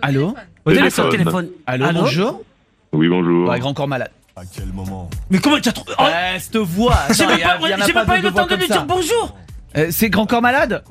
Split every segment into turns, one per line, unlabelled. Allô
On est sur le
Téléphone.
téléphone.
Allô,
Allô
bonjour
Oui, bonjour.
Ouais, grand corps malade.
À quel moment
Mais comment tu as trouvé Oh,
Ouais, cette voix attends,
J'ai même
Euh, y a-
pas,
y en a
j'ai même
pas
pas eu
deux
le temps
voix
de lui
comme ça.
dire bonjour
Euh, C'est grand corps malade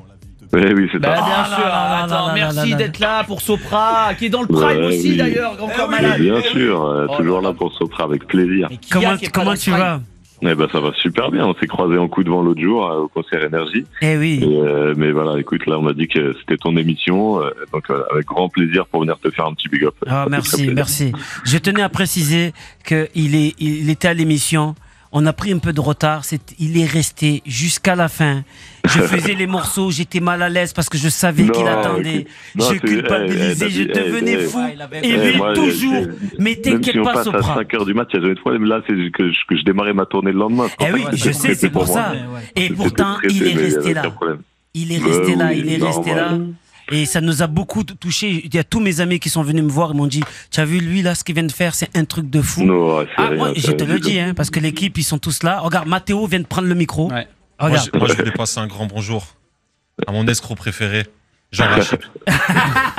Ouais, Eh oui, c'est
Bah
ça.
bien
non,
sûr,
non, non,
attends,
non, non, non,
merci
non.
d'être là pour Sopra, qui est dans le prime
Ouais,
aussi
oui.
d'ailleurs, grand corps
Mais
malade.
bien sûr, euh,
Oh
toujours
là
là
là.
pour Sopra avec plaisir.
Mais qui y a
Comment,
qui est pas dans
comment
le
tu
prime
vas
Eh ben, ça va super bien. On s'est croisés en coup de vent l'autre jour euh, au concert Énergie.
Eh
Et,
oui.
euh, mais voilà, écoute, là, on m'a dit que c'était ton émission. euh, donc, euh, avec grand plaisir pour venir te faire un petit big up. Ça
Ah,
fait très
merci,
plaisir.
merci. Je tenais à préciser qu'il est, il était à l'émission. On a pris un peu de retard. C'est, il est resté jusqu'à la fin. Je faisais les morceaux. J'étais mal à l'aise parce que je savais qu'il
Non,
attendait.
écoute, non,
je
c'est-
culpabilisais.
eh, eh,
je
David, eh,
devenais
eh,
fou.
Ouais, il avait-
Et
Eh,
lui,
moi,
toujours.
c'est-
Mais
Même si
t'inquiète
on
pas,
passe à
Sopra.
5 heures du match, il y a jamais de problème. Là, c'est que je, que je démarrais ma tournée le lendemain.
Eh oui,
Ouais,
je
c'est
sais, c'est pour
pour moi.
ça.
Ouais, ouais.
Et
C'était
pourtant,
très,
il
très-
est resté
aucun
là.
problème.
Il est
Bah
resté là,
oui,
il est resté là.
normal.
Et ça nous a beaucoup touché. Il y a tous mes amis qui sont venus me voir et m'ont dit Tu as vu lui là, ce qu'il vient de faire, c'est un truc de fou.
Non, ouais, c'est
Ah,
rien,
moi, je
c'est
te
rien
le
du
dis, hein, parce que l'équipe, ils sont tous là. Regarde, Mathéo vient de prendre le micro.
Ouais.
Moi,
Regarde.
je, moi, je voulais passer un grand bonjour à mon escroc préféré, Jean Rachid.
tout.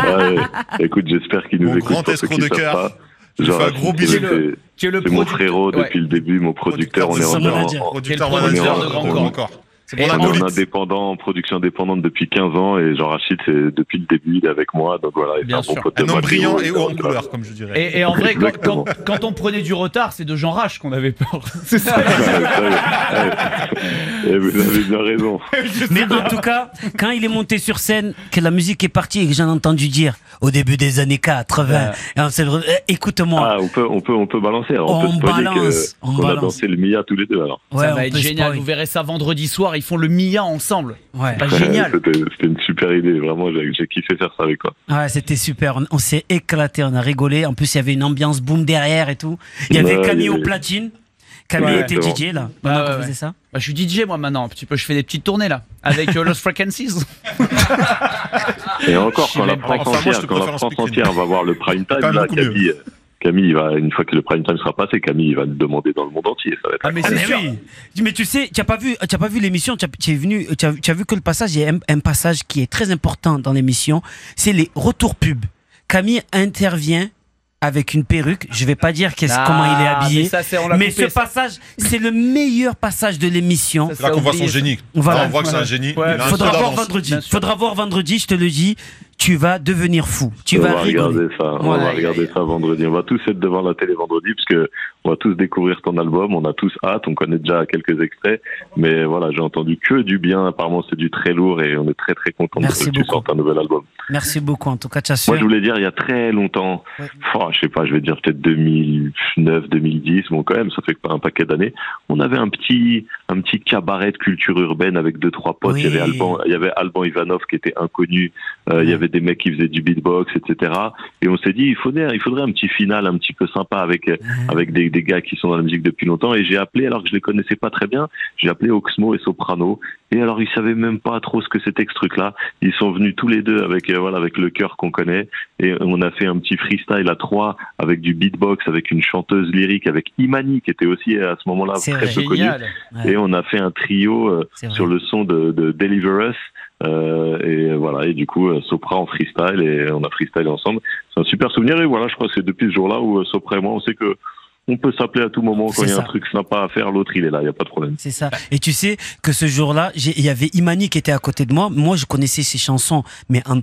Ouais, ouais. Écoute, j'espère qu'il nous
Mon
écoute.
grand
pour ceux qui
escroc de
savent
cœur.
pas.
Je lui
Genre,
fais un gros
c'est-
bisou.
c'est-
Qui est le
C'est mon
producteur-
frérot
Ouais.
depuis le début, mon producteur. On est
Producteur de
en-
Summer
en-
Producteur
Quel
manager
producteur
de
de
Grand
Grand
Corps. C'est
Et
mon
on
on est en
acolyte.
indépendant, en production indépendante depuis 15 ans et Jean Rachid c'est depuis le début il est avec moi donc voilà il est
Bien
un bon
sûr.
pote de
Un homme
moi,
brillant
Théo,
et
donc,
haut en
voilà.
couleur, comme je dirais.
Et, et en vrai, quand,
Exactement.
quand- quand on prenait du retard, c'est de Jean Rache qu'on avait peur. C'est ça.
Et Eh, vous avez bien raison.
Mais en tout cas, quand il est monté sur scène, que la musique est partie et que j'en ai entendu dire au début des années 80, et on s'est- eh, écoute-moi.
Ah, on peut, on peut, on peut balancer. alors, On,
On
peut spoiler
balance,
que-
on
qu'on a
balance.
dansé le Mia tous les deux alors.
Ouais,
ça
on
va être
peut
génial.
spoil.
Vous verrez ça vendredi soir. Ils font le Mia ensemble.
Ouais.
Bah, génial.
C'était c'était une super idée. Vraiment, j'ai j'ai kiffé faire ça avec toi.
Ouais, c'était super. On, on s'est éclaté, on a rigolé. En plus, il y avait une ambiance boom derrière et tout. Il y avait
Ouais,
Camille
il y
au
avait-
platine. Camille
Ouais.
était
Exactement.
DJ là.
Ouais,
Pendant
ouais,
qu'on
ouais.
faisait ça.
Bah, je suis DJ moi maintenant. Un petit peu. Je fais des petites tournées là avec euh, Lost Frequencies.
Et encore,
Je
quand la
sais même
France
pas. Enfin, moi, je
entière,
te
quand la
préfère un
France
speaking.
entière va voir le prime time,
quand même
là,
beaucoup mieux.
Camille, euh, Camille, il va, une fois que le prime time sera passé, Camille, il va nous demander dans le monde entier. Ça va être
Ah mais
Ah,
c'est
mais
sûr.
oui. Mais tu sais, tu as pas vu, tu as pas vu l'émission. Tu as, tu es venu, tu as, tu as vu que le passage, il y a un, un passage qui est très important dans l'émission. C'est les retours pubs. Camille intervient avec une perruque. Je vais pas dire qu'est-ce
Ah,
comment il est
Mais,
habillé.
ça, c'est- on l'a
Mais ce
coupé, ça.
passage, c'est le meilleur passage de l'émission.
Ça,
C'est là
ça,
qu'on voit
oubliez
son
ça.
génie.
Voilà.
Là, on voit que c'est un génie.
Ouais.
Il a un
Faudra
peu
voir
d'avance.
vendredi.
Bien sûr.
Faudra voir vendredi, je te le dis. Tu vas devenir fou. Tu
on
vas
va
rigoler.
regarder ça, on
Voilà.
va regarder ça vendredi. On va tous être devant la télé vendredi puisque on va tous découvrir ton album. On a tous hâte. On connaît déjà quelques extraits, mais voilà, j'ai entendu que du bien. Apparemment, c'est du très lourd et on est très très content
Merci
que tu
beaucoup.
sortes un nouvel album.
Merci beaucoup, en tout cas, tu as su.
Moi, je voulais dire, il y a très longtemps,
Ouais.
oh, je sais pas, je vais dire peut-être 2009, 2010, bon, quand même, ça fait un paquet d'années. On avait un petit, un petit cabaret de culture urbaine avec deux, trois potes.
Oui.
Il y avait Alban, il y avait Alban Ivanov qui était inconnu. Euh, Il y
Ouais.
avait des mecs qui faisaient du beatbox, etc. Et on s'est dit, il faudrait, il faudrait un petit final un petit peu sympa avec, avec des, des gars qui sont dans la musique depuis longtemps. Et j'ai appelé, alors que je les connaissais pas très bien, j'ai appelé Oxmo et Soprano. Et alors, ils savaient même pas trop ce que c'était que ce truc-là. Ils sont venus tous les deux avec, euh, voilà, avec le cœur qu'on connaît. Et on a fait un petit freestyle à trois avec du beatbox, avec une chanteuse lyrique, avec Imani, qui était aussi euh, à ce moment-là
C'est
très
vrai.
peu connue.
Génial.
Ouais.
Et on a fait un trio euh,
C'est vrai.
sur le son de, de Deliver Us. Euh, et voilà, et du coup, euh, Sopra en freestyle, et on a freestyle ensemble. C'est un super souvenir, et voilà, je crois que c'est depuis ce jour-là où euh, Sopra et moi, on sait que on peut s'appeler à tout moment quand
C'est
il y a
ça.
un truc sympa à faire, l'autre il est là, il n'y a pas de problème.
C'est ça. Et tu sais que ce jour-là, j'ai- il y avait Imani qui était à côté de moi. Moi, je connaissais ses chansons, mais en,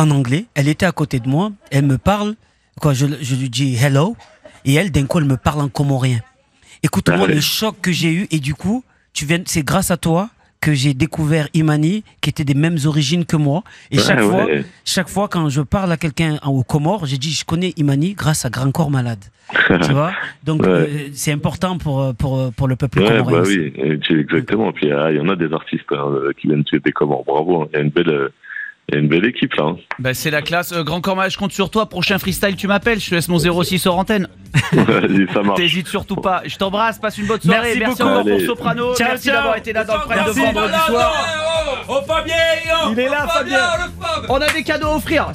en anglais. Elle était à côté de moi. Elle me parle. Quoi, je, je lui dis hello. Et elle, d'un coup, elle me parle en comorien. Écoute-moi
Ah ouais.
le choc que j'ai eu. Et du coup, tu viens, c'est grâce à toi que j'ai découvert Imani, qui était des mêmes origines que moi. Et
Ouais,
chaque fois,
ouais.
chaque fois quand je parle à quelqu'un en- aux Comores, j'ai dit je connais Imani grâce à Grand Corps Malade. tu vois Donc
Ouais.
euh, c'est important pour, euh, pour, euh, pour le peuple
Ouais,
comorien.
bah
aussi.
oui, et tu- exactement. Puis ah, il y en a des artistes hein, qui viennent tuer des commandes. Bravo, hein. il y a une belle, euh, il y a une belle équipe là. hein.
Bah, c'est la classe. Euh, grand Corps Malade, je compte sur toi. Prochain freestyle, tu m'appelles. Je te laisse mon 06 hors antenne.
Et ça marche.
T'hésites surtout pas. Je t'embrasse. Passe une bonne soirée.
Merci
Merci,
beaucoup.
encore pour
Allez.
Soprano.
Ciao,
merci
ciao.
d'avoir été là dans le prime de vendredi soir.
Oh, Fabien, oh,
Il est là,
Fabien,
Fabien.
le Fab.
On a des cadeaux à offrir.